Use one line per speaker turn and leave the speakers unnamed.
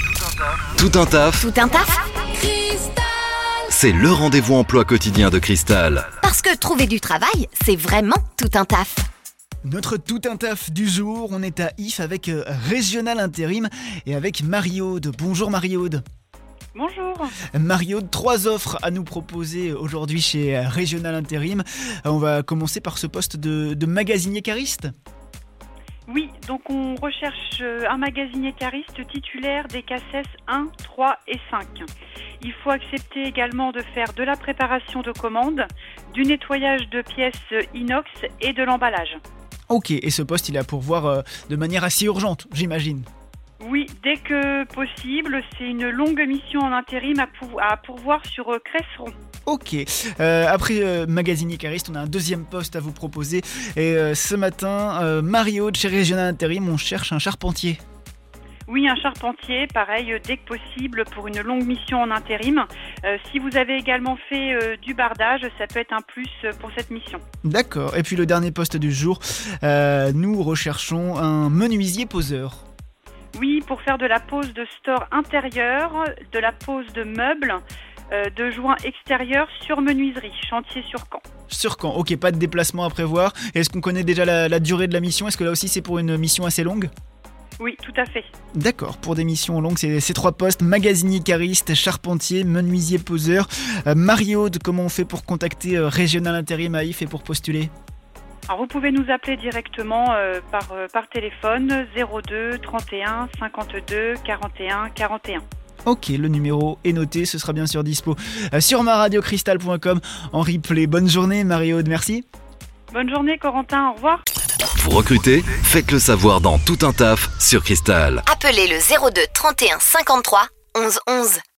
Tout un taf,
Tout un taf
c'est le rendez-vous emploi quotidien de Cristal.
Parce que trouver du travail, c'est vraiment tout un taf.
Notre tout un taf du jour, on est à IF avec euh, Régional Intérim et avec Marie-Aude. Bonjour Marie-Aude.
Bonjour.
Marie-Aude, trois offres à nous proposer aujourd'hui chez euh, Régional Intérim. Euh, On va commencer par ce poste de, de magasinier cariste.
Oui, donc on recherche euh, un magasinier cariste titulaire des CACES 1, 3 et 5. Il faut accepter également de faire de la préparation de commandes, du nettoyage de pièces inox et de l'emballage.
Ok, et ce poste il est à pourvoir euh, de manière assez urgente, j'imagine.
Oui, dès que possible, c'est une longue mission en intérim à, pou- à pourvoir sur euh, Cresseron.
Ok, Euh, après euh, magasinier cariste, on a un deuxième poste à vous proposer. Et euh, ce matin, euh, Marie-Aude chez Régional Intérim, on cherche un charpentier.
Oui, un charpentier, pareil, euh, dès que possible pour une longue mission en intérim. Euh, si vous avez également fait euh, du bardage, ça peut être un plus euh, pour cette mission.
D'accord. Et puis le dernier poste du jour, euh, nous recherchons un menuisier poseur.
Oui, pour faire de la pose de store intérieur, de la pose de meubles, euh, de joints extérieurs sur menuiserie, chantier sur camp.
Sur quand Ok, pas de déplacement à prévoir. Est-ce qu'on connaît déjà la, la durée de la mission Est-ce que là aussi c'est pour une mission assez longue
Oui, tout à fait.
D'accord, pour des missions longues, c'est ces trois postes, magasinier cariste, charpentier, menuisier poseur. Euh, Marie-Aude, comment on fait pour contacter euh, Régional Intérim à IF et pour postuler
Alors vous pouvez nous appeler directement euh, par, euh, par téléphone 02 31 52 41 41.
Ok, le numéro est noté, ce sera bien sûr dispo euh, sur maradiocristal.com en replay. Bonne journée Marie-Aude, merci.
Bonne journée Corentin, au revoir.
Vous recrutez Faites le savoir dans Tout un taf sur Cristal.
Appelez le 02 31 53 11 11.